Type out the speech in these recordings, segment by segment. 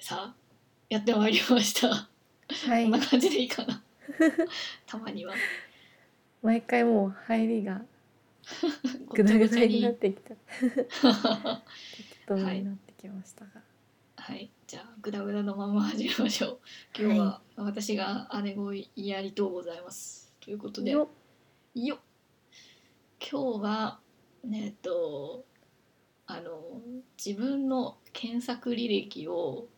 さやってまいりましたはこいんな感じでいいか なたまには毎回もう入りがごぐちだゃごぐちだゃにになってきた は適当になってきましたが、いじゃあぐだぐだのまま始めましょう今日は私が姉御やりとうございますということでよよっ今日はねえっとあの自分の検索履歴を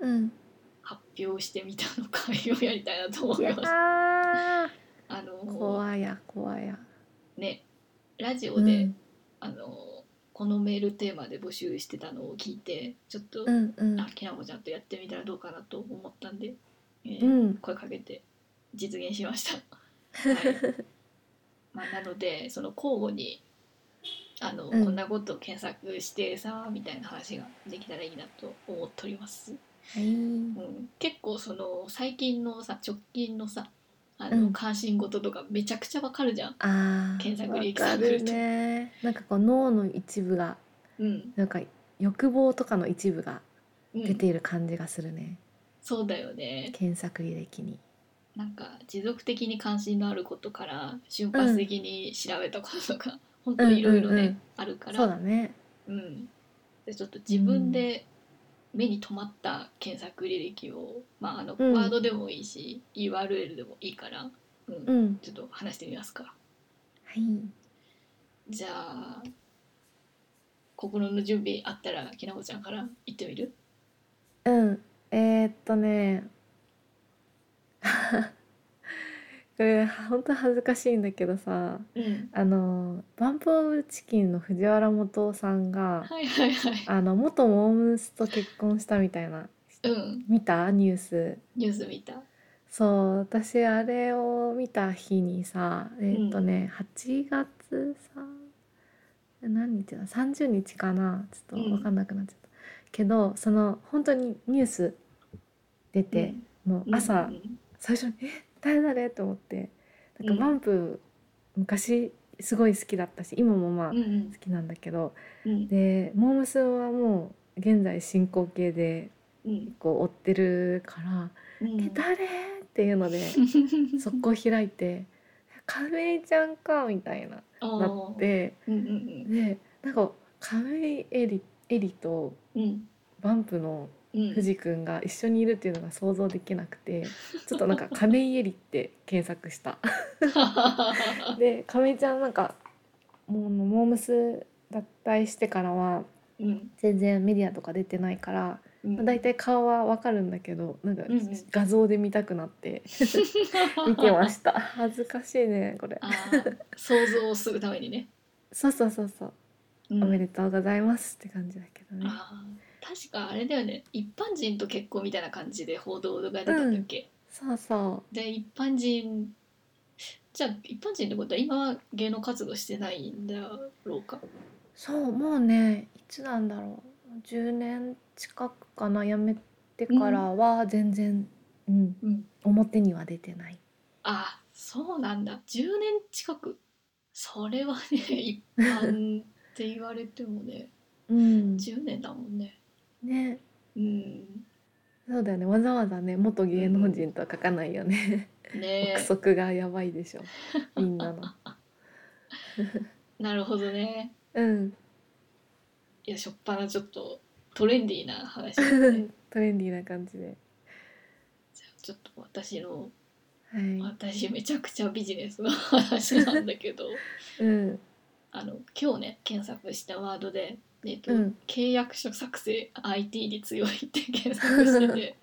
うん発表してみたのか をやりたいなと思いやいます。ーあの怖や怖やねラジオうんで、あのこのメールテーマで募集してたのを聞いてちょっと、うんうんあきなこちゃんとやってみたらどうかなと思ったんで、えーうん声かけて実現しま した。はいまあ、なのでその交互にあの、うんこんなことを検索してさみたいな話ができたらいいなと思っております。はいうん、結構その最近のさ直近のさあうのん関心事とかめちゃくちゃわかるじゃん。あー検索履わ歴かるねなんかこう脳の一部がうんなんか欲望とかの一部がうん出ている感じがするね、そうだよね。検索履歴になんか持続的に関心のあることから瞬発的に調べたこととか、本当にいろいろね、うんうんうんあるからそうだねうん、でちょっと自分で目に留まった検索履歴を、まあ、あのうんワードでもいいし、URL でもいいから、うんうんちょっと話してみますか。はいじゃあ心の準備あったらきなこちゃんから言ってみるうんえー、っとね これ本当恥ずかしいんだけどさうんあのバンプ・オブ・チキンの藤原元さんがはいはいはい。あの元モームスと結婚したみたいなうん、見たニュースニュース見た。そう私あれを見た日にさえーっとね、8月さ何日だ30日かなちょっと分かんなくなっちゃった、けどその本当にニュース出て、もう朝、うん最初に「え誰誰?」と思ってうんなんかバンプ昔すごい好きだったし今もまあうん好うんきなんだけど、うんでモームスはもう現在進行形でうんこう追ってるからう「えん誰?」っていう のでそこ開いて「亀井ちゃんか」みたいなあなーってうんうんでなんか亀井絵里絵里とうんうんバンプのうん藤くんが一緒にいるっていうのが想像できなく てちょっとなんか「亀井絵里」って検索した。で亀井ちゃんなんかもうモームス脱退してからはうん全然メディアとか出てないから、うんまあ、大体顔はわかるんだけどなんかうんうん画像で見たくなって見て ました恥ずかしいねこれ あー想像をするためにね。そうそうそうそう、うんおめでとうございますって感じだけどねあー確かあれだよね一般人と結婚みたいな感じで報道が出たんだっけ、そうそで一般人じゃあ一般人ってことは今は芸能活動してないんだろうかうそうもうねいつなんだろう10年近くかな辞めてからは全然、うん、うん表には出てないあそうなんだ10年近くそれはね一般って言われてもねうん10年だもんねねうんそうだよねわざわざね元芸能人とは書かないよね、 ね憶測がやばいでしょみんなのなるほどね うんいやしょっぱなちょっとトレンディーな話だ ねトレンディーな感じでじゃあちょっと私のは私めちゃくちゃビジネスの話なんだ けどいうんあの今日ね検索したワードで、えっとうん契約書作成 IT に強いって検索して て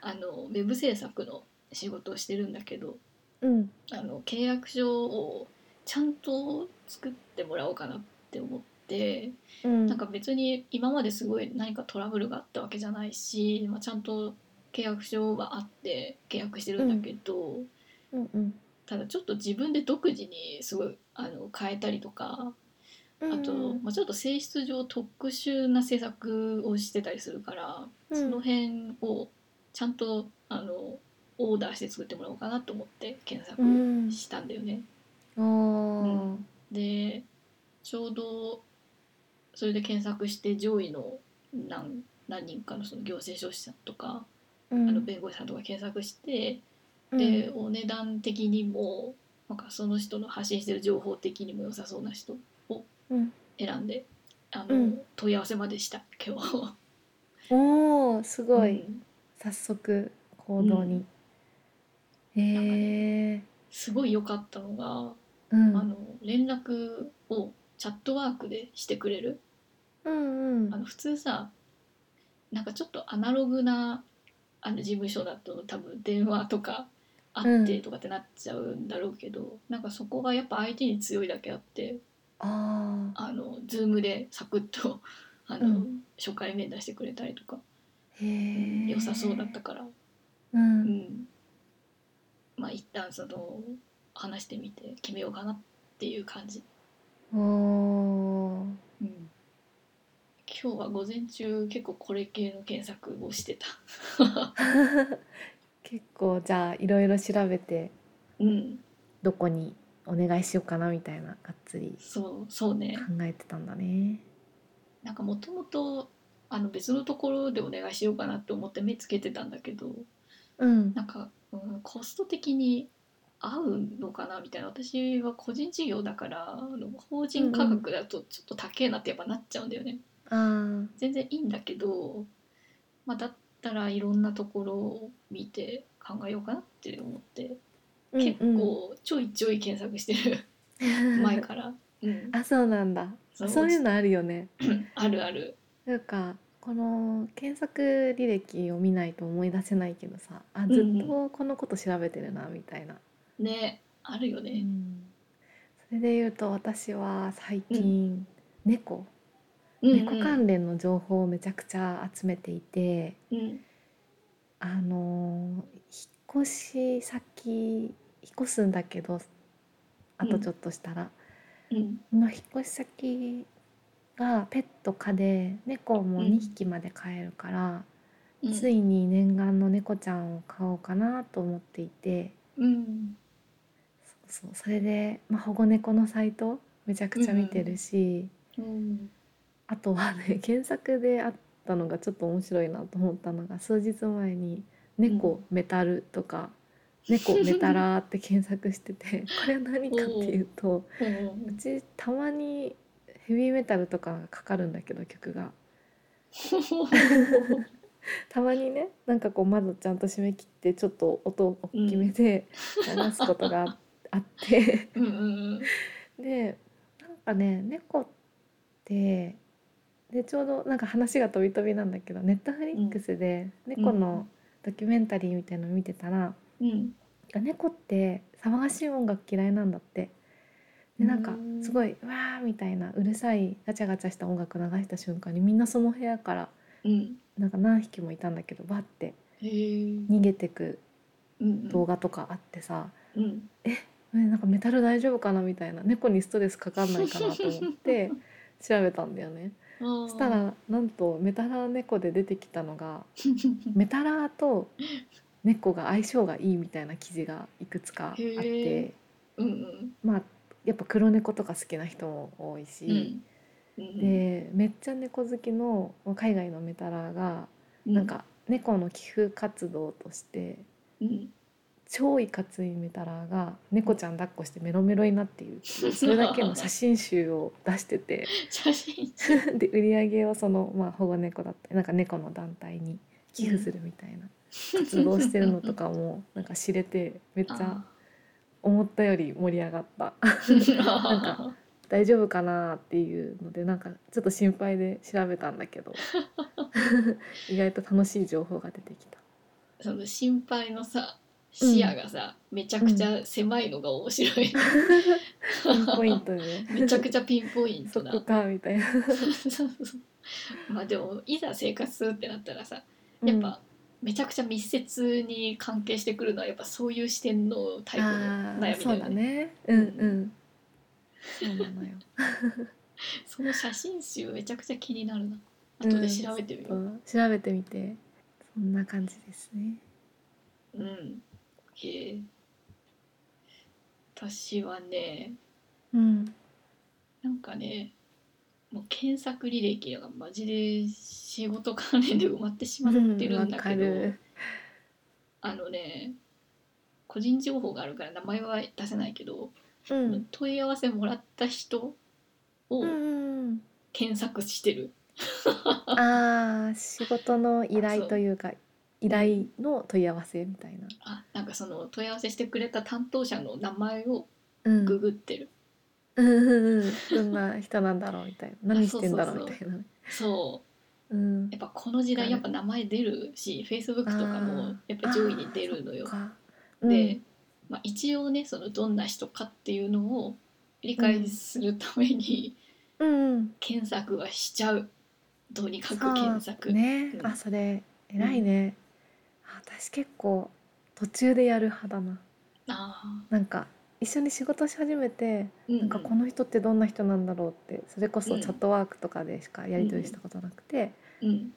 あのウェブ制作の仕事をしてるんだけどうんあの契約書をちゃんと作ってもらおうかなって思ってうんなんか別に今まですごい何かトラブルがあったわけじゃないし、まあ、ちゃんと契約書はあって契約してるんだけど。うんうんただちょっと自分で独自にすごいあの変えたりとかうあんと、まあ、ちょっと性質上特殊な制作をしてたりするから、その辺をちゃんとあのオーダーして作ってもらおうかなと思って検う索んしたんだよね。あーででちょうどそれで検索して上位の何何人かのその行政書士さんとか、うあんの弁護士さんとか検索して、うんでお値段的にもなんかその人の発信してる情報的にも良さそうな人をうん選んで、あのうん問い合わせまでした今日。おおすごい、うん早速行動に、へえすごい良かったのが、うあんの連絡をチャットワークでしてくれるうんうんあの普通さなんかちょっとアナログなあの事務所だと多分電話とかあってとかってなっちゃうんだろうけど、なんかそこがやっぱ相手に強いだけあってああの Zoom でサクッと あの、うん初回面談してくれたりとか、ーへえ良さそうだったから、ううんん、まあ一旦その話してみて決めようかなっていう感じ。おーうん今日は午前中結構これ系の検索をしてた。結構じゃあいろいろ調べてうん、どこにお願いしようかなみたいながっつりそうそうね考えてたんだね。なんかもともとあの別のところでお願いしようかなって思って目つけてたんだけどうんなんか、うん、コスト的に合うのかなみたいな私は個人事業だからあの法人価格だとちょっと高えなってやっぱなっちゃうんだよね、あー全然いいんだけど、まあ、だったらいろんなところを見て考えようかなって思って、結うんうん構ちょいちょい検索して る前から、うん、あそうなんだそうそういうのあるよね。あるあるなんかこの検索履歴を見ないと思い出せないけどさあずうんっうとこのこと調べてるなみたいな、ねあるよね。うんそれで言うと私は最近、猫猫関連の情報をめちゃくちゃ集めていて、うんあのー引っ越し先引っ越すんだけどあとちょっとしたら、うんの引っ越し先がペット可で猫もうん2匹まで飼えるから、うんついに念願の猫ちゃんを飼おうかなと思っていてうんそうそうそれで、まあ、保護猫のサイトめちゃくちゃ見てるし、うんあとはね検索であったのがちょっと面白いなと思ったのが数日前に「う猫んメタル」とか「猫メタラ」って検索してて これは何かっていうとううんちたまにヘビーメタルとかがかかるんだけど曲が。たまにねなんかこう窓ちゃんと閉め切ってちょっと音を大きめで流すこ とがああってうんうんでなんかね猫ってでちょうどなんか話が飛び飛びなんだけどネットフリックスで猫のドキュメンタリーみたいのを見てたら、うん猫って騒がしい音楽嫌いなんだって。でなんかうんすごい「わー」みたいなうるさいガチャガチャした音楽流した瞬間にみんなその部屋からうんなんか何匹もいたんだけどバッてへえ逃げてくうん動画とかあってさ、うんえなんかメタル大丈夫かなみたいな猫にストレスかかんないかなと思って 調べたんだよね。そしたらなんとメタラ猫で出てきた のがメタラと猫が相性がいいみたいな記事がいくつかあっへてーうんうんまあやっぱ黒猫とか好きな人も多いし、うんでめっちゃ猫好きの海外のメタラがうんなんか猫の寄付活動としてうん超いかついメタラーが猫ちゃん抱っこしてメロメロになってい るっていうそれだけの写真集を出してて 写真で売り上げをその、まあ、保護猫だったりなんか猫の団体に寄付するみたいな活動してるのとかもなんか知れてめっちゃ思ったより盛り上がった あ大丈夫かなっていうのでなんかちょっと心配で調べたんだ けど意外と楽しい情報が出てきた。ーその心配のさ視野がさめちゃくちゃ狭いのが面白いピンポイントでめちゃくちゃピンポイン そトだこかみたいな。そうそうまあでもいざ生活するってなったらさやっぱ、めちゃくちゃ密接に関係してくるのはやっぱそういう視点のタイプのあ悩あーみそだうよだねねうんうんそうなのよその写真集めちゃくちゃ気になるな後で調べてみよ うう、んちょっと調べてみてそんな感じですねうんへえ私はねうんなんかねもう検索履歴がマジで仕事関連で埋まってしまってるんだけど、うんわかるあのね個人情報があるから名前は出せないけど、うん問い合わせもらった人をうん検索してる、ああ仕事の依頼というか依頼の問い合わせみたいな。あなんかその問い合わせしてくれた担当者の名前をうんググってる、うんうんうんどんな人なんだろうみ たいな何してんだろうそうみそたいな。そううんやっぱこの時代わやかっるぱ名前出るし Facebook とかもやっぱ上位に出るのよあー。そっかで、まあ、一応ねそのどんな人かっていうのを理解するためにうんうん検索はしちゃうとにかく検索、そうねうんあそれ偉いね、あ私結構途中でやる派だなあなんか一緒に仕事し始めて、ー、なんかこの人ってどんな人なんだろうってそれこそチャットワークとかでしかやり取りしたことなくて、うんうん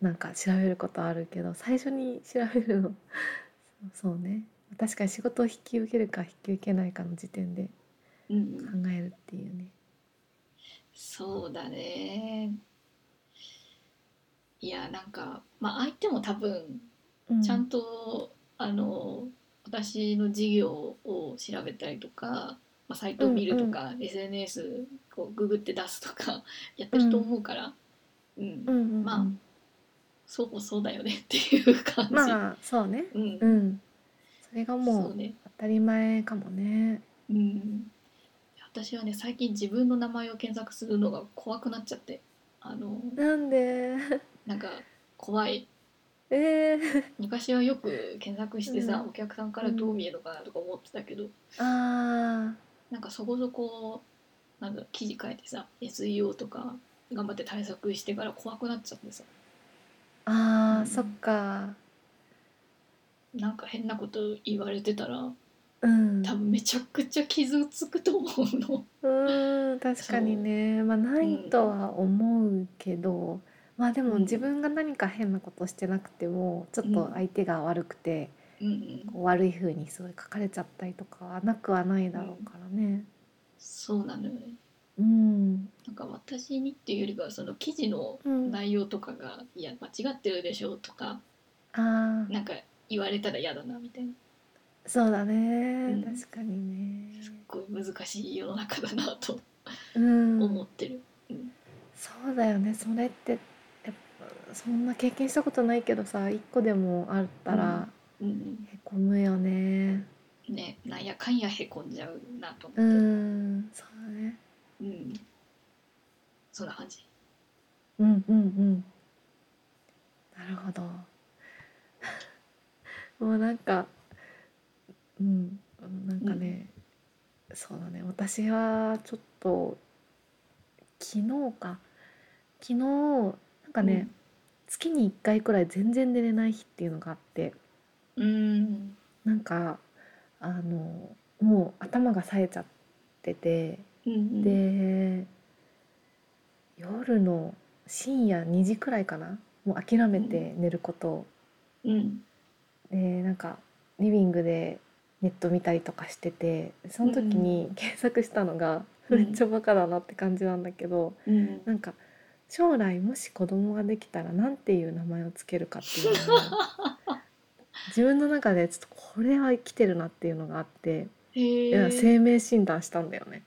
なんか調べることあるけど最初に調べるの そうね確かに仕事を引き受けるか引き受けないかの時点でうんう考ん、えるっていうね、そうだねいやなんか、まあ、相手も多分うん、ちゃんと、あの私の事業を調べたりとか、まあ、サイトを見るとか、SNS こうググって出すとか やってると思うから、うんうんうんうんまあそうそうだよねっていう感じ。まあそうねうんう、んそれがもそううね、当たり前かもねうん、私はね最近自分の名前を検索するのが怖くなっちゃってあのなんで なんか怖いえー、昔はよく検索してさ、うんお客さんからどう見えるのかなとか思ってたけど、あなんかそこそこなんだ記事書いてさ SEO とか頑張って対策してから怖くなっちゃってさーあー、うんそっかなんか変なこと言われてたらうん多分めちゃくちゃ傷つくと思うの。うん確かにねまあないとは思うけど、まあでもうん自分が何か変なことしてなくてもちょっと相手が悪くて、うんうん、こう悪い風にすごい書かれちゃったりとかはなくはないだろうからね。そうなのよね。うん、なんか私にっていうよりかはその記事のうん内容とかが「いや間違ってるでしょ」とかああなんか言われたら嫌だなみたいなそうだね、ん確かにね。すっごい難しい世の中だなとうん、思ってる。そうだよねそれってやっぱそんな経験したことないけどさ一個でもあったらうんうんへこむよね。ねなんやかんやへこんじゃうなと思って。うん、そうだね。うんそんな感じ。うんうんうん。なるほど。 もうなんか、うん、なんかね、そうだね。私はちょっと昨日か、昨日なんかね、うん月に一回くらい全然寝れない日っていうのがあって、うん。なんかあのもう頭が冴えちゃってて。うん、で夜の深夜2時くらいかなもう諦めて寝ること、うん、でなんかリビングでネット見たりとかしててその時に検索したのが、うんめっちゃバカだなって感じなんだけど、うん、なんか将来もし子供ができたらなんていう名前をつけるかっていうの を自分の中でちょっとこれは生きてるなっていうのがあって、へえ。いや生命診断したんだ よね。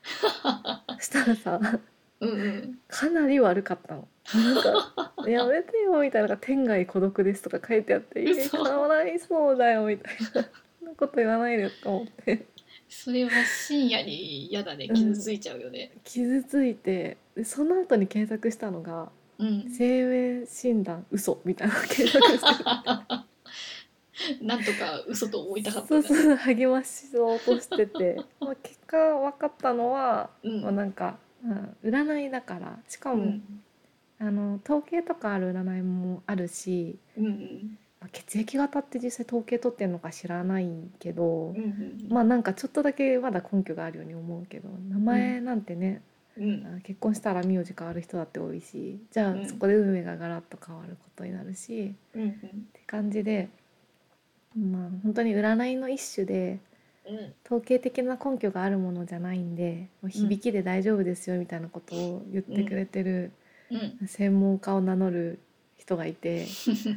したらさうんうん。かなり悪かったの。なん か「やめてよ」みたいななんか「天涯孤独です」とか書いてあって「え嘘かわいそうだよ」みたい なそんなこと言わないでよと思ってそれは深夜に嫌だね。傷ついちゃうよね。傷ついてでその後に検索したのがうん「生命診断嘘みたいなのを検索してなんとか嘘と 思いたかったそんうだそう励ましを落とし てて、まあ、結果分かったのは、うんまあ、なんか、うん、占いだからしかうも、んあの統計とかある占いもあるしうんまあ血液型って実際統計取ってるのか知らないけど、うんうんまあなんかちょっとだけまだ根拠があるように思うけど名前なんてね、うんあ結婚したら名字変わる人だって多いしじゃうんあそこで運命がガラッと変わることになるし、っうんて感じでまあ本当に占いの一種でうん統計的な根拠があるものじゃないんでもう響きで大丈夫ですよみたいなことを言ってくれてる うん専門家を名乗る人が いて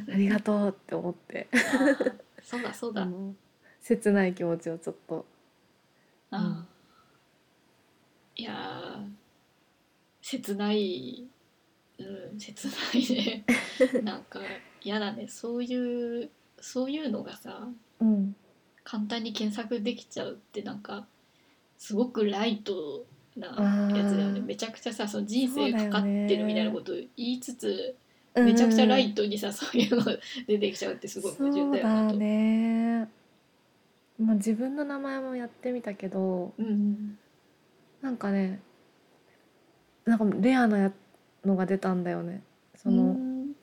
ありがとうって思ってあーそうだそうだ、あの切ない気持ちをちょっとあーいやー切ないうん切 ないねなんか嫌だねそういうそういうのがさうん簡単に検索できちゃうってなんかすごくライトなあーやつだよねめちゃくちゃさその人生かかってるみたいなことを言いつつ、うんめちゃくちゃライトにさそういうのが出てきちゃうってすごい矛そ盾うだよなだと。ねまあ自分の名前もやってみたけどうんなんかねなんかレアなやのが出たんだよねその、うん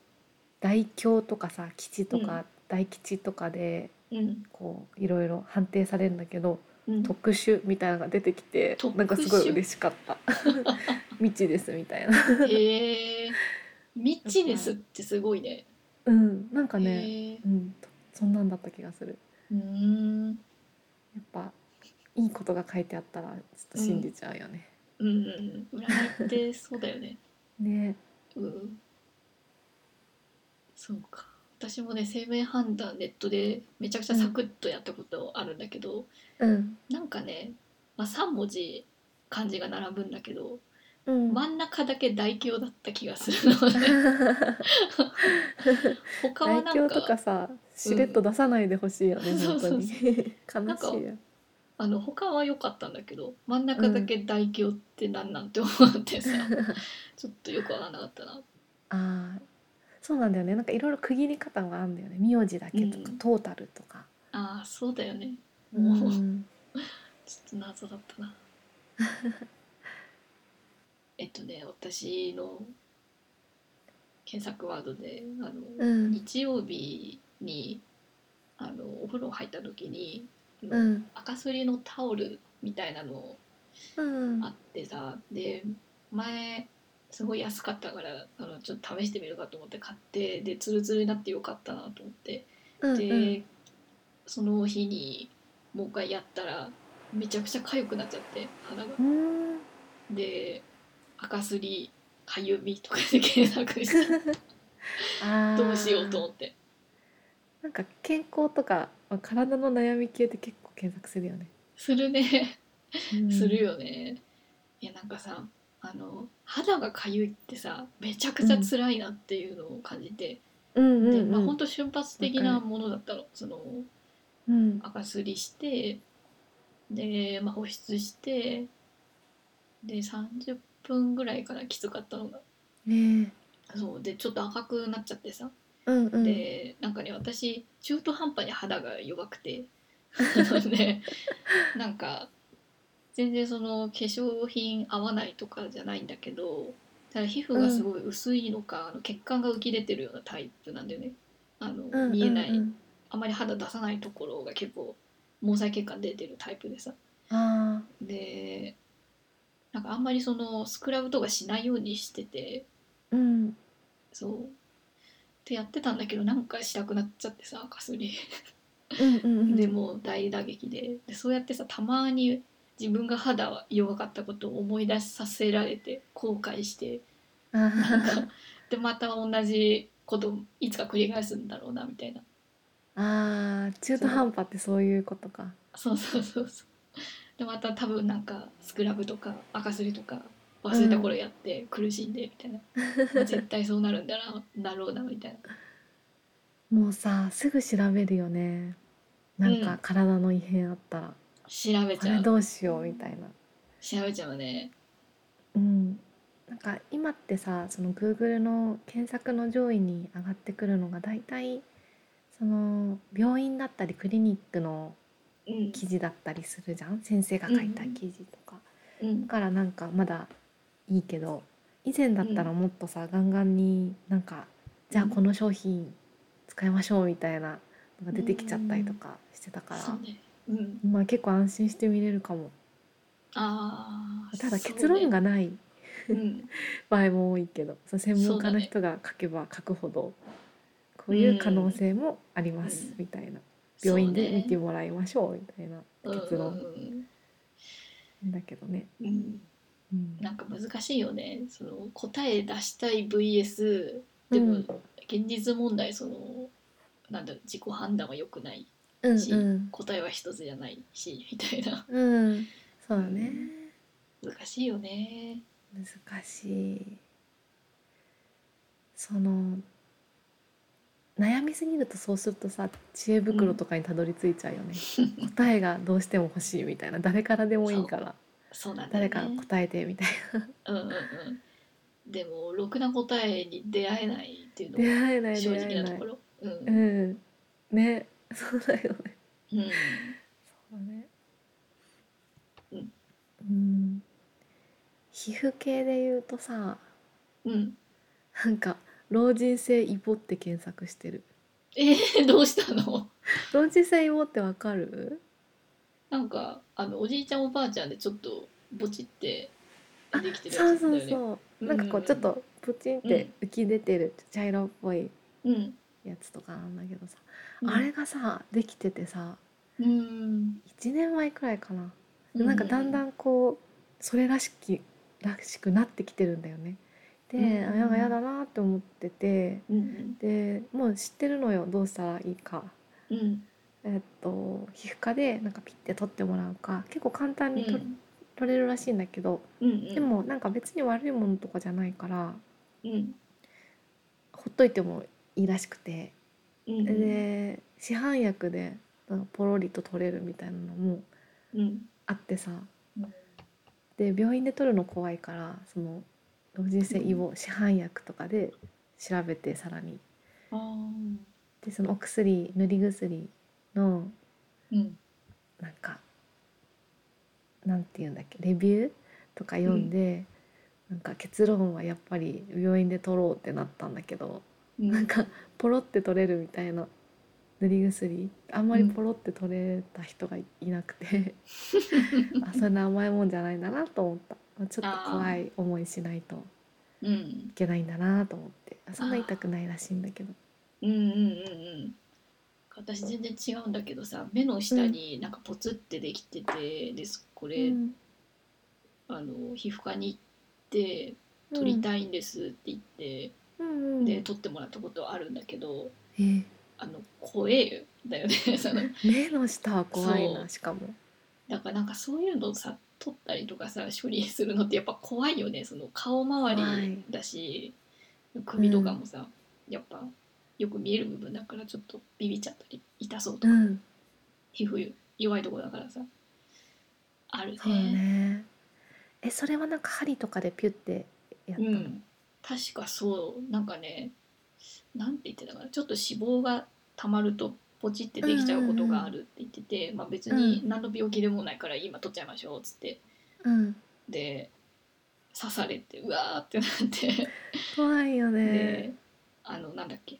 大凶とかさ吉とうか大吉とかでうんこういろいろ判定されるんだけど、うん特殊みたいなのが出てきて特殊なんかすごい嬉しかった 未知ですみたいなへえミッチネスってすごいね。うんなんかね、へえうんとそんなんだった気がするうーんやっぱいいことが書いてあったらちょっと信じちゃうよね、うんうんうん占いってそうだよね。ねうんそうか私もね生命判断ネットでめちゃくちゃサクッとやったことあるんだけど、うんなんかね、まあ、3文字漢字が並ぶんだけど、うん 真ん中だけ大凶だった気がするのね大他はなん凶かとかさしれっと出さないでほしいよね、うん本当に うそう悲しいよあの他は良かったんだけど真ん中だけ大凶ってなんなんて思って さ、ちょっとよくわかんなかったな。ああそうなんだよねなんかいろいろ区切り方があるんだよね名字だけとか、うんトータルとか、ああそうだよねう、もうんちょっと謎だった な。えっとね、私の検索ワードで、あの、うん日曜日に、あの、お風呂入った時に、うん赤すりのタオルみたいなのうんあってさ、で、前、すごい安かったから、あの、ちょっと試してみるかと思って買って、で、ツルツルになってよかったなと思って、うんで、うんその日にもう一回やったらめちゃくちゃ痒くなっちゃって鼻がう。んで「赤すりかゆみ」とかで検索してあー どうしようと思ってなんか健康とかまあ体の悩み系って結構検索するよね、するねうんするよね。いやなんかさあの肌が痒いってさめちゃくちゃ辛いなっていうのを感じて、うんうんで、うんまあ、ほんと瞬発的なものだったのそのうん赤すりしてで、まあ、保湿してで30分ぐらいからきつかったのがねそうでちょっと赤くなっちゃってさ、えうんうんでなんかね私中途半端に肌が弱く てなのでなんか全然その化粧品合わないとかじゃないんだけどただ皮膚がすごい薄いのか、あの血管が浮き出てるようなタイプなんだよねあの、うん見えない、うんあまり肌出さないところが結構毛細血管出てるタイプでさうん、あでなんかあんまりそのスクラブとかしないようにしててーうんそうってやってたんだけどなんかしたくなっちゃってさかすりうんうんうんでもう大打撃ででそうやってさたまに自分が肌は弱かったことを思い出させられて後悔 してあーでまた同じことをいつか繰り返すんだろうなみたいなあー中途半端ってそういうことかそうそうそうそうでまた多分なんかスクラブとか赤すりとか忘れた頃やって苦しんでみたいな、絶対そうなるんだな だろうなみたいなもうさすぐ調べるよねなんうんか体の異変あったら、調べこちゃれうどうしようみたいな調べちゃうねうんなんか今ってさその Google の検索の上位に上がってくるのが大体その病院だったりクリニックのうん記事だったりするじゃん先生が書いた記事とか、うんだからなんかまだいいけど以前だったらもっとさ、ガンガンになんかじゃあこの商品使いましょうみたいなのが出てきちゃったりとかしてたから、そうねうんまあ結構安心して見れるかもあーただそうね結論がないうん場合も多いけどその専門家そうだのね人が書けば書くほどこういう可能性もありまうすんみたいな 病院でそうね見てもらいましょうみたいな結う論んだけどね。うんうんなんか難しいよねその答え出したい VS でもうん現実問題そのなんだろう自己判断は良くないうんしうん答えは一つじゃないしみたいなうん、そうだね難しいよね。難しいその悩みすぎるとそうするとさ知恵袋とかにたどり着いちゃうよね、答えがどうしても欲しいみたいな誰からでもいいからそうなんだよ誰ねか答えてみたいうんうんうん、でもろくな答えに出会えないっていう なの出が会えない正出会直なえなといころ。うんううんんねそうだよねそうだねうんうん皮膚系で言うとさうん、なんか老人性イボって検索してるえー、どうしたの老人性イボってわかるなんかあのおじいちゃんおばあちゃんでちょっとぼちってあできてるそやうつだそうよね。そうう。んなんかこうちょっとプチンって浮き出てる茶色っぽいうん、やつとかなんだけどさ、あれがさできててさうん、 1年前くらいかな、でなんかだんだんこうそれらしきらしくなってきてるんだよね。で、うんあやがやだなって思っててうんでもう知ってるのよどうしたらいいか。うんうんえっと、皮膚科でなんかピッて取ってもらうか結構簡単うに取,、ん取れるらしいんだけど、うんでもなんか別に悪いものとかじゃないからうんほっといてもいいらしくて、うんで市販薬でなんかポロリと取れるみたいなのもうんあってさ、うんで病院で取るの怖いからその老人性イボ市販薬とかで調べてさらにあーでそのお薬塗り薬のうんなんかなんて言うんだっけレビューとか読んで、なんか結論はやっぱり病院で取ろうってなったんだけどうんなんかポロって取れるみたいな塗り薬あんまりポロって取れた人がいな くて、あそんな甘いもんじゃないんだなと思ったまあちょっと怖い思いしないとうんいけないんだなと思ってあそんな痛くないらしいんだけどうんうんうんうん私全然違うんだけどさ目の下になんかポツってできてて、ですこうれ、んあの皮膚科に行って取りたいんですって言って、うんうんで取ってもらったことはあるんだけどえあの怖えだよ ねその目の下は怖いそなうしかもだからなんかそういうのさ取ったりとかさ処理するのってやっぱ怖いよねその顔周りだし首とかもさ、やっぱよく見える部分だからちょっとビビっちゃったり痛そうとうか、ん皮膚弱いとこだからさあるねそうねえそれはなんか針とかでピュってやったうの、ん確かそうなんかねなんて言ってたかなちょっと脂肪がたまるとポチってできちゃうことがあるって言ってて、まあ、別に何の病気でもないから今取っちゃいましょうっつってうん、で刺されてうわーってなって怖いよでねあのなんだっけ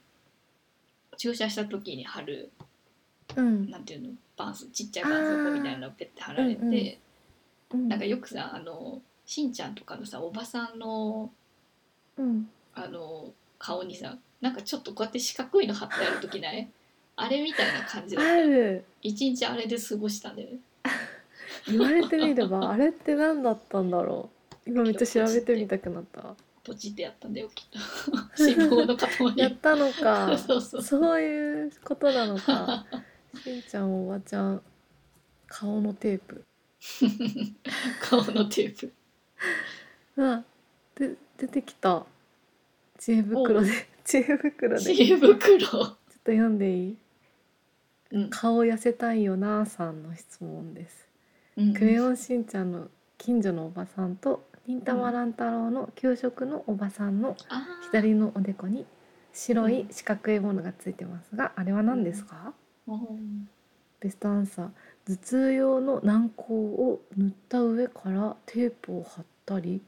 注射した時に貼るうんなんていうのバンスちっちゃいバンスコみたいなのをペッて貼られて、あーうんうんうんなんかよくさあのしんちゃんとかのさおばさんのうんあの顔にさなんかちょっとこうやって四角いの貼ってある時ない あれみたいな感じだっあたる一日あれで過ごしたんだよね言われてみれば あれって何だったんだろう今めっちゃ調べてみたくなったポチってやったんだよきっと 脂肪のやっ塊たのかそうそうそういうことなのかしんちゃんおばちゃん顔のテープ顔のテープうわで出てきた知恵袋で知恵袋で知ち恵ょっと袋読んでいいうん顔痩せたいよなあさんの質問ですうんクレヨンしんちゃんの近所のおばさんと忍たま乱太郎の給食のおばさんのあー左のおでこに白い四角いものがついてますがあれは何ですか、うんベストアンサー頭痛用の軟膏を塗った上からテープを貼ったり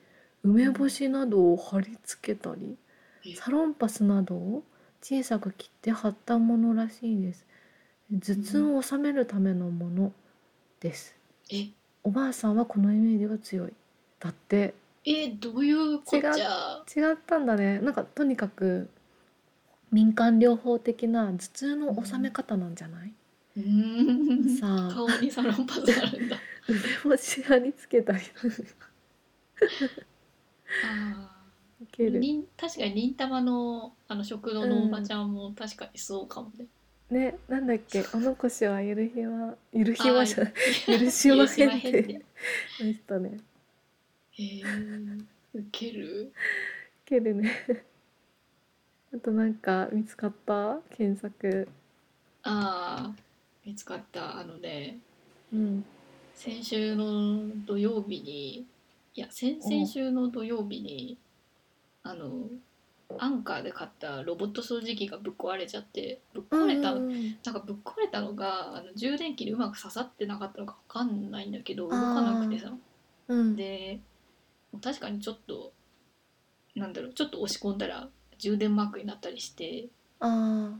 梅干しなどを貼り付けたりえサロンパスなどを小さく切って貼ったものらしいです頭痛を治めるためのものですえおばあさんはこのイメージが強いだってえどういうこっちゃ違ったんだねなんかとにかく民間療法的な頭痛の治め方なんじゃない、うーんさあ顔にサロンパスがあるんだ梅干し貼り付けたりあ受けーるりん確かにりんたまのあの食堂のおばちゃんも確かにそうかもね、ねなんだっけお残しはゆるひまゆるひまじゃないいや許しませんっ許してませんってでしたねへえウケる受けるね あとなんか見つかった検索ああ見つかったあのねうん先週の土曜日にいや先々週の土曜日にあのアンカーで買ったロボット掃除機がぶっ壊れちゃってぶっ壊れた、うんうんうんなんかぶっ壊れたのがあの充電器でうまく刺さってなかったのか分かんないんだけど動あーかなくてさうんで確かにちょっとなんだろうちょっと押し込んだら充電マークになったりしてあ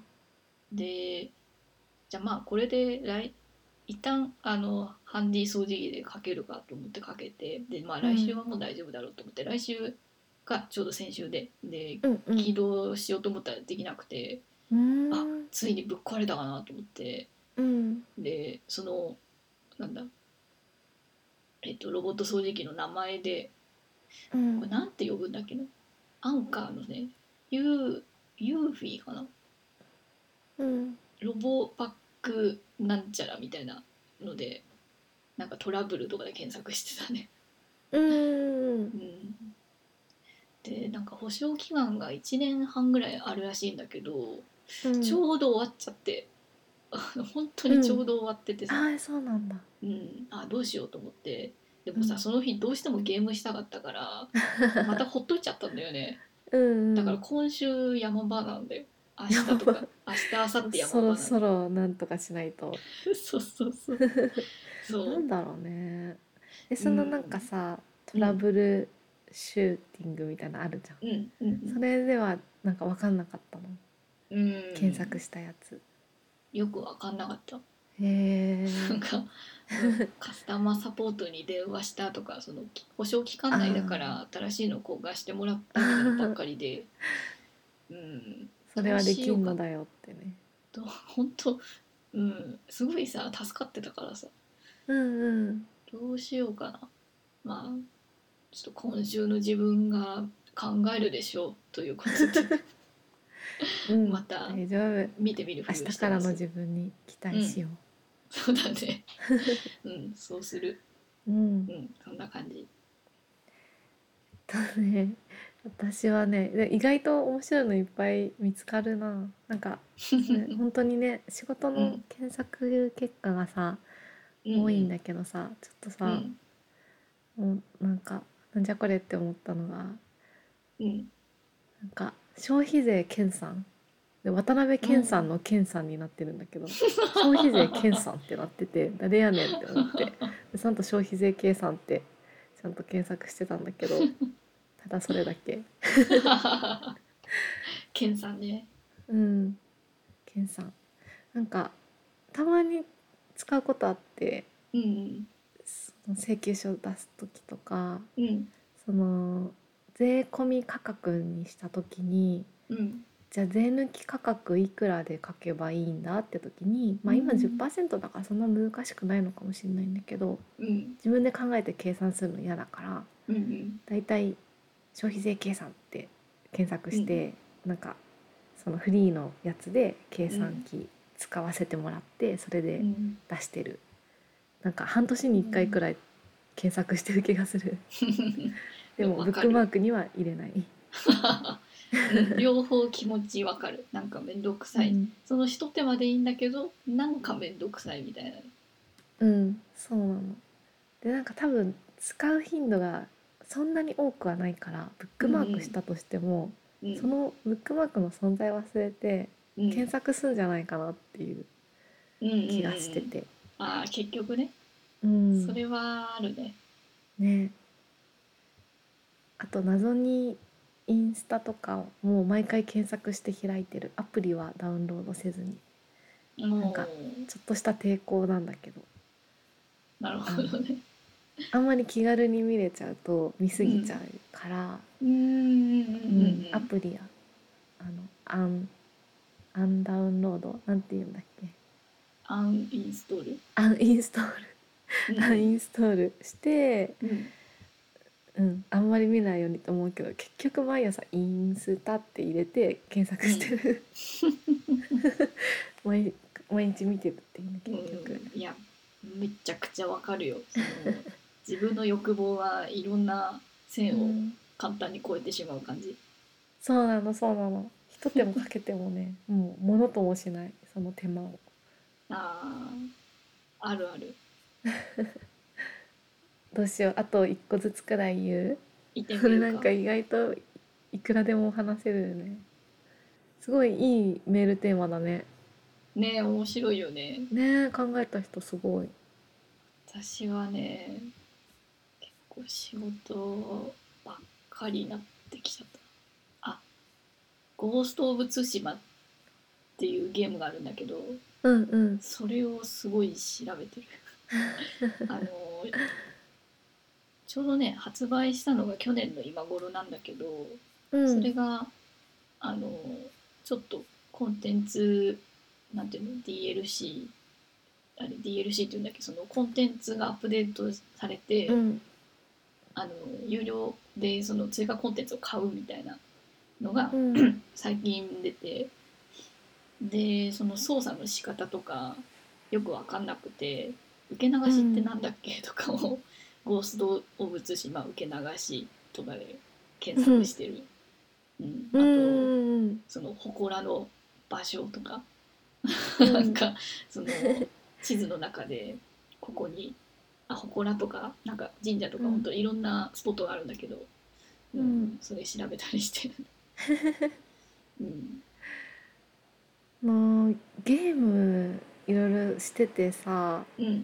でじゃあまあこれで来一旦あのハンディ掃除機でかけるかと思ってかけてでまあ来週はもう大丈夫だろうと思って、来週がちょうど先週ででーうんうん起動しようと思ったらできなくてうーんあついにぶっ壊れたかなと思ってうんでそのなんだえっとロボット掃除機の名前でうこんれなんて呼ぶんだっけなアンカーのねユーユーフィーかなうんロボパックなんちゃらみたいなのでなんかトラブルとかで検索してたね、うんうん、でなんか保証期間が1年半ぐらいあるらしいんだけど、うんちょうど終わっちゃってあの本当にちょうど終わっててさ、ああそうなんだうんあどうしようと思ってでもさ、うんその日どうしてもゲームしたかったから またほっといちゃったんだよねうんだから今週山場なんだよ明日とか明日明後日山場そなんだろよそろなんとかしないとそうそうそうそうなんだろうねえそのなんかさ、うんトラブルシューティングみたいなのあるじゃん、うんうんそれではなんか分かんなかったの、うん、検索したやつよく分かんなかったへえなんかうんカスタマーサポートに電話したとかそのき保証期間内だから新しいの交換してもらったみたいなのばっかり でうんそれはできんのだよってねと本当うんすごいさ助かってたからさうんうんどうしようかなまあちょっと今週の自分が考えるでしょうということでうんまた大丈夫見てみるふ 明りをしてます日からの自分に期待しよそうだねうんそうするううんうんそんな感じとね私はねで意外と面白いのいっぱい見つかるななんか ね本当にね仕事うのん検索結果がさ、多いんだけどさちょっとうさ、んもうなんかなんじゃこれって思ったのがなんうん か消費税検算で渡辺謙さんの健さんになってるんだけど、消費税検算ってなってて誰やねんって思 ってでちゃんと消費税計算ってちゃんと検索してたんだけどただそれだけ。ケンさんね。うん、ケンさん。なんかたまに使うことあって、うんその請求書を出す時とか、うんその税込み価格にした時に、うんじゃあ税抜き価格いくらで書けばいいんだって時に、まあ今うん10%だからそんな難しくないのかもしれないんだけど、うん自分で考えて計算するの嫌だから、うんうんだいたい消費税計算って検索して、なんかそのフリーのやつで計算機使わせてもらって、それうでん。出してるなんか半年に1回くらい検索してる気がする、でもわブかッるクマークには入れない、両方気持ちわかる。なんかめんどくさい。うんその一手間でいいんだけど、なんかめんどくさいみたいな。うんそうなのでなんか多分使う頻度がそんなに多くはないからブックマークしたとしても、うんそのブックマークの存在忘れてうん検索するんじゃないかなっていう気がして。うんうんうんて、ああ結局ね、うんそれはあるね。ねあと謎にインスタとかをもう毎回検索して開いてるアプリはダウンロードせずにもんかうちょっとした抵抗なんだけどなるほどね。あんまり気軽に見れちゃうと見すぎちゃうから、うんうんううんんアプリやあのアンアンダウンロードなんて言うんだっけアンインストール、アンインストーうんルアンインストールして、うんうん、あんまり見ないようにと思うけど結局毎朝「インスタ」って入れて検索してる、毎毎日見てるっていうねうん結局、いやめちゃくちゃわかるよその自分の欲望はいろんな線うをん簡単に超えてしまう感じ、そうなのそうなのひと手間かけてもねもうものともしないその手間をあーあるあるどうしようあと一個ずつくらい言ういてみそれるなんか意外といくらでも話せるよねすごいいいメールテーマだねねえ面白いよねねえ考えた人すごい私はね結構仕事ばっかりになってきちゃったあゴースト・オブ・ツシマっていうゲームがあるんだけどうんうんそれをすごい調べてるあのちょうどね発売したのが去年の今頃なんだけど、うそれんがあのちょっとコンテンツなんていうの DLC あれ DLC っていうんだっけそのコンテンツがアップデートされて、うんあの有料でその追加コンテンツを買うみたいなのがうん最近出てでその操作の仕方とかよく分かんなくて受け流しってなんだっけとかを「ゴースト・オブ・ツシマ受け流し」とかで検索してる。うん、あうんうとんその祠の場所とか、うんなんかその地図の中でここにあ祠とかなんか神社とか、うんほんといろんなスポットがあるんだけど、うんうんそれ調べたり して、うん、もうゲームいろいろしててさうん、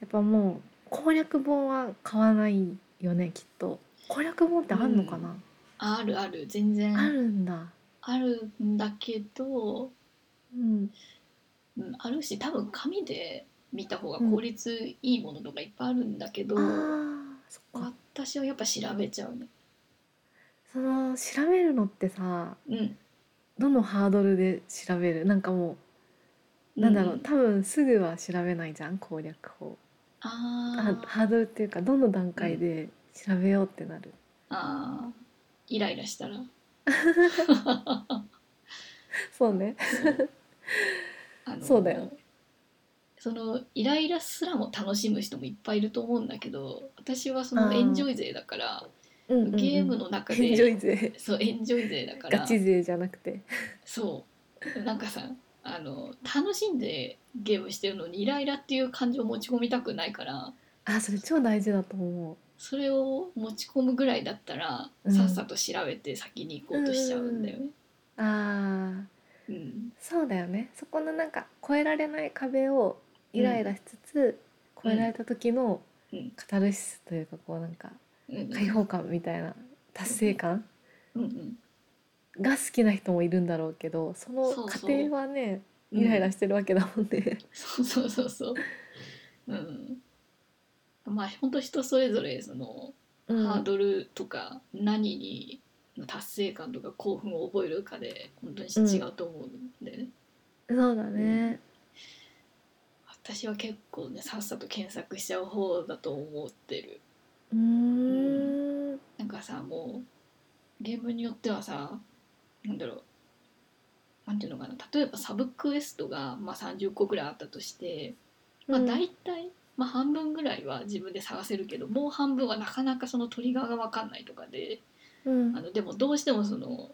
やっぱもう攻略本は買わないよねきっと攻略本ってあんのかな、あるある全然あるんだあるんだけど、うんうん、あるし多分紙で見た方が効率いいものとかいっぱいあるんだけど、あーそっか私はやっぱ調べちゃうね。その調べるのってさうんどのハードルで調べるなんかもうなんだろう、多分すぐは調べないじゃん攻略法ああーハードルっていうかどの段階で調べようってなる、ああイライラしたら そうねあのそうだよそのイライラすらも楽しむ人もいっぱいいると思うんだけど私はそあのーエンジョイ勢だからうんうんうんゲームの中でエンジョイ勢そうエンジョイ勢だからガチ勢じゃなくてそうなんかさあの楽しんでゲームしてるのにイライラっていう感情を持ち込みたくないからあそれ超大事だと思それを持ち込むぐらいだったら、うんさっさと調べて先に行こうとしちゃうんだよね。うあーうんそうだよねそこのなんか越えられない壁をイライラしつつ、うん越えられた時のうんカタルシスというかこうなんかうん解放感みたいな達成感うんうんが好きな人もいるんだろうけどそのそう過そう程はねうんイライラしてるわけだもんね。そうそうそうそう。うん。まあ本当人それぞれその、うんハードルとか何に達成感とか興奮を覚えるかで本当に違うと思うんで、ねそうだね、私は結構ねさっさと検索しちゃう方だと思ってる。うーん、なんかさもうゲームによってはさなんだろうなんていうのかな例えばサブクエストが、まあ、30個ぐらいあったとして、まあ、うん大体、まあ、半分ぐらいは自分で探せるけどもう半分はなかなかそのトリガーが分かんないとかでうんあのでもどうしてもその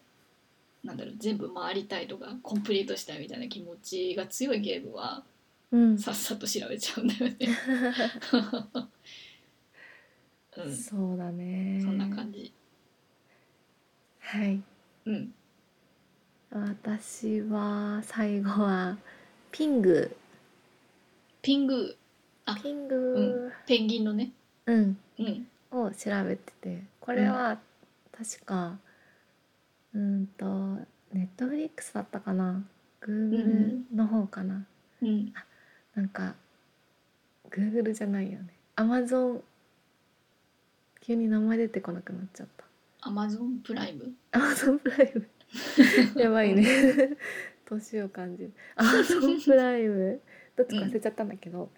なんだろう全部回りたいとかコンプリートしたいみたいな気持ちが強いゲームはうんさっさと調べちゃうんだ よね。うん、そそうだねんな感じ。はいうん、私は最後はピングピングあピング、ペンギンのね。うんうん、を調べててこれは確かうんとネットフリックスだったかな Google の方かな、うん、なんか Google じゃないよね Amazon 急に名前出てこなくなっちゃっアマゾンプライム。た Amazon プライ ムやばいね年を感じる Amazon プライムどっちか忘れちゃったんだけど、うん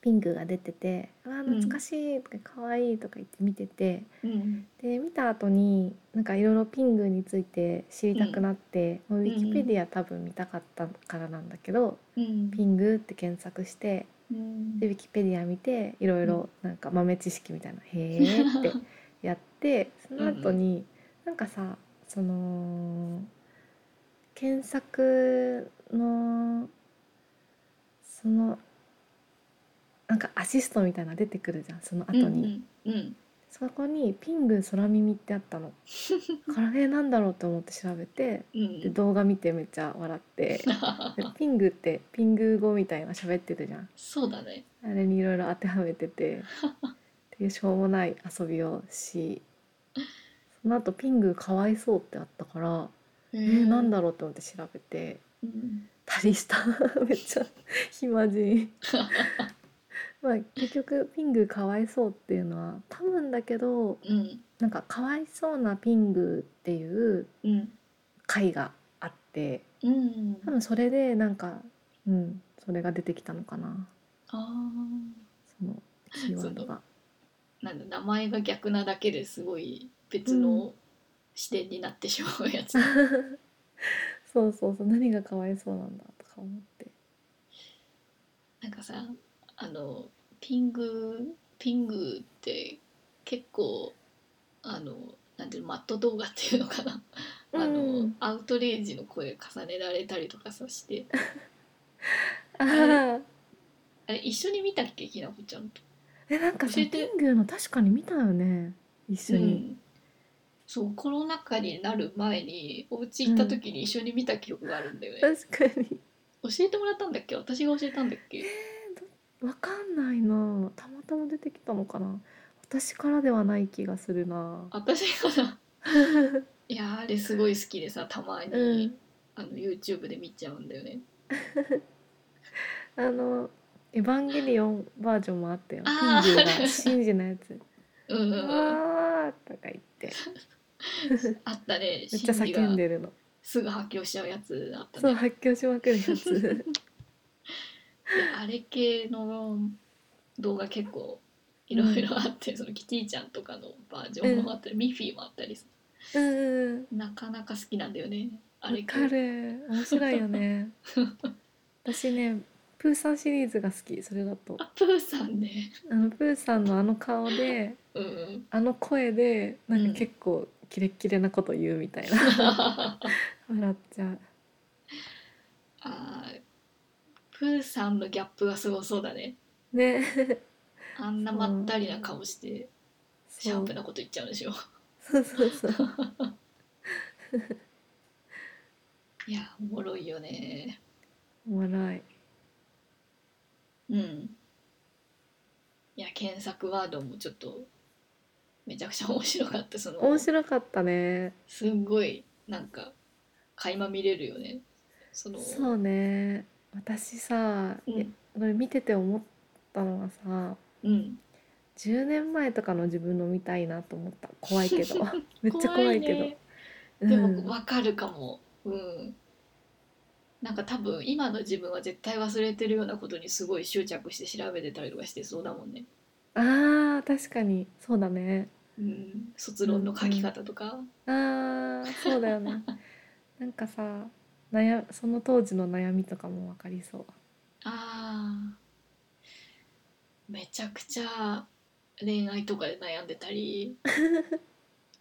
ピンクが出てて「わあ懐かしい」とか「可愛い」とか言って見てて、うんで見た後になんかいろいろピングについて知りたくなって、もうウィキペディア多分見たかったからなんだけど、うんピングって検索してうんでウィキペディア見ていろいろなんか豆知識みたいな「へえ」ってやってその後になんかさその検索のそのなんかアシストみたいなの出てくるじゃんその後に。うんうんそこに「ピング空耳」って あったのこれなんだろうと思って調べてうんで動画見てめっちゃ笑って でピングってピング語みたいなの喋ってるじゃんそうだねあれにいろいろ当てはめ ててっていうしょうもない遊びをしその後ピングかわいそうってあったから、ええーなんだろうと思って調べてうんたりした めっちゃ暇 人まあ結局ピングかわいそうっていうのは多分だけどうんなんかかわいそうなピングっていううん回があってうん多分それでなんかうんそれが出てきたのかなあそのキーワードが。ーなんだ名前が逆なだけですごい別の視点になってしまうやつ、そうそうそう何がかわいそうなんだとか思って。なんかさあのピングピングって結構あのなんていうのマット動画っていうのかな、あうのんアウトレイジの声重ねられたりとかさしてあーあれ一緒に見たっけきなこちゃんと えなんかさ教えピてングの確かに見たよね一緒うに。ん、そうコロナ禍になる前にお家行った時に一緒に見た記憶があるんだよね、確かに教えてもらったんだっけ私が教えたんだっけわかんないなたまたま出てきたのかな私からではない気がするな。私が さいやーあれすごい好きでさたまに、うんあの YouTube で見ちゃうんだよねあの「エヴァンゲリオン」バージョンもあったよ。ピあーングが信じのやつ。 うんうんうんわーとか言ってあったねめっちゃシンジ叫がんでるのすぐ発狂しちゃうやつあったそうね発狂しまくるや つあれ系の動画結構いろいろあって、そのキティちゃんとかのバージョンもあったり、ミッフィーもあったりさうんなかなか好きなんだよねあわれ系かる面白い よね私ねプーさんシリーズが好きそれだとあプーさんねあのプーさんのあの顔でうんうんあの声でなんうんか結構キレッキレなこと言うみたいなあ笑っちゃうープーさんのギャップがすごそうだねねあんなまったりな顔して シャそーうプなこと言っちゃうんでしょそうそうそういやおもろいよねおもろいうんいや検索ワードもちょっとめちゃくちゃ面白かったその面白かったねすんごいなんか垣間見れるよねそのそうね私さ、ういやんこれ見てて思ったのがさうん10年前とかの自分の見たいなと思った怖い けど めっちゃ怖いけどねでうもん、分かるかも、うんなんか多分今の自分は絶対忘れてるようなことにすごい執着して調べてたりとかしてそうだもんね、あー確かにそうだねうん、卒論の書き方とか、あーそうだ よねなんかさ悩その当時の悩みとかも分かりそうあーめちゃくちゃ恋愛とかで悩んでた り、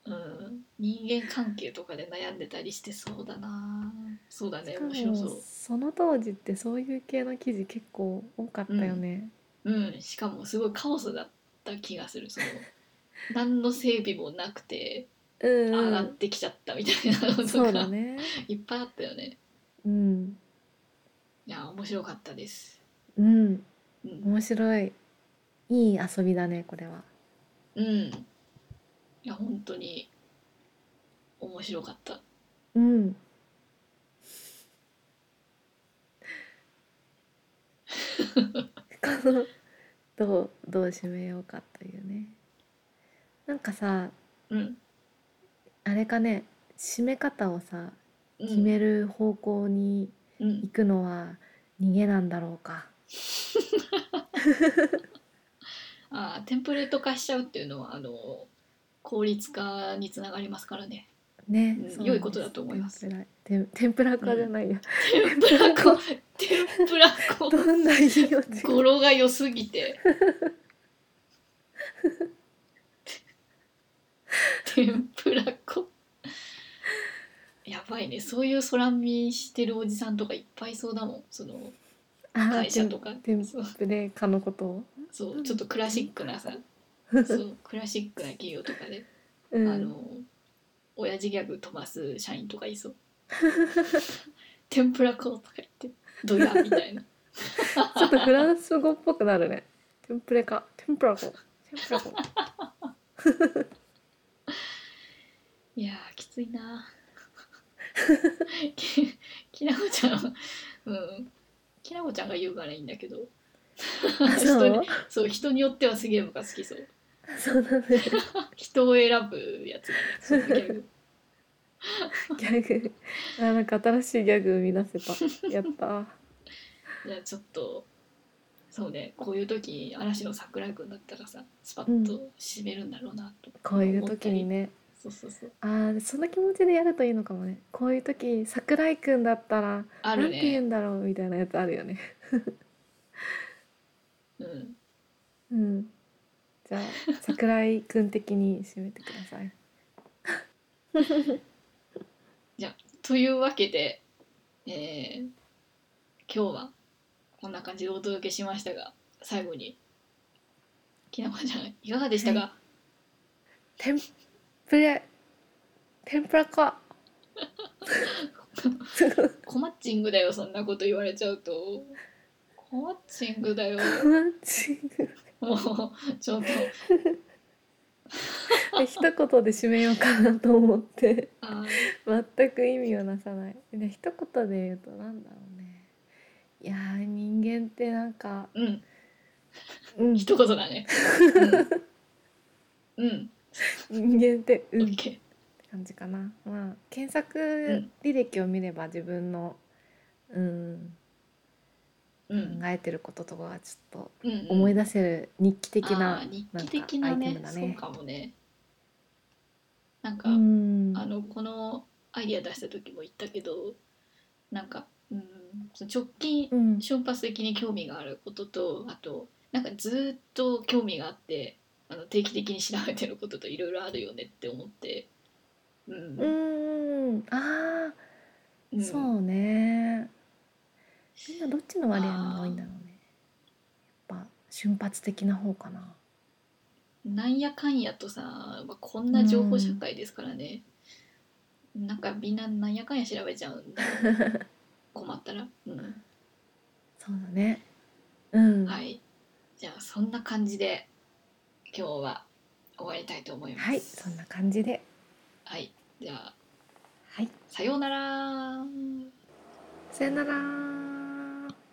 うん、人間関係とかで悩んでたりしてそうだなそうだしねか面白そもう。その当時ってそういう系の記事結構多かったよね、うん、しかもすごいカオスだった気がするそ の何の整備もなくてうん上うがっんてきちゃったみたいなことそうが、だねいっぱいあったよねうんいや面白かったですうんうん、面白いいい遊びだねこれはうん、いや本当に面白かったうん このどうどう締めようかというねなんかさうん、あれかね締め方をさうん、決める方向にうん行くのは逃げなんだろうかあーテンプレート化しちゃうっていうのはあの効率化につながりますから ね。ね、うんそうなん良いことだと思います天ぷら天天ぷら粉じゃないや、天ぷら粉天ぷら粉どんないいよって語呂が良すぎて。天ぷら粉やばいねそういう空見してるおじさんとかいっぱいそうだもんその会社とか天そうぷらかのことをそうちょっとクラシックな さそうクラシックな企業とかで、うあんの親父ギャグ飛ばす社員とかい そう天ぷら粉とか言ってドヤみたいなちょっとフランス語っぽくなるね天ぷらか天ぷら粉天ぷら粉いやーきつい なききなこちゃんうんきなこちゃんが言うからいいんだけどあ人そうにそう人によってはすげえムカつきそうそうなのよ人を選ぶやつだねそのギ ャグギャグあなんか新しいギャグ生み出せたやったーじゃあちょっとそうねこういう時嵐の桜井くんだったらさスパッと締めるんだろうなと、こういう時にねそうそうそうあーその気持ちでやるといいのかもねこういう時桜井くんだったらあなるんて言ねうんだろうみたいなやつあるよねうんうんじゃあ桜井くん的に締めてくださいというわけで、えー今日はこんな感じでお届けしましたが最後にきなこちゃんいかがでしたか、天ぷら天ぷら粉 コマッチングだよそんなこと言われちゃうとコマッチングだよマッチングもうちょっとで一言で締めようかなと思ってあー全く意味をなさないで一言で言うとなんだろうねいやー人間ってなんかうんうん一言だねうん、うん人間ってうオんッケー感じかな。まあ検索履歴を見れば自分のうん、うん考えてることとかがちょっとうん思い出せる日記的あなー日なん記か的なアイねテムだそうね。かもねなんか、うん、あのこのアイディア出した時も言ったけどなんか、うん、その直近うん、瞬発的に興味があることとあとなんかずっと興味があってあの定期的に調べてることといろいろあるよねって思って、うんうん、あうんあ、そうね。みんなどっちの割合が多いんだろうね。やっぱ瞬発的な方かな。なんやかんやとさ、まあ、こんな情報社会ですからね、なんかみんななんやかんや調べちゃうんだよ 困ったら、うんそうだね。うん、ははい、いじゃあそんな感じで今日は終わりたいと思います。そんな感じで、はい、じゃあはい、さようなら。さよなら。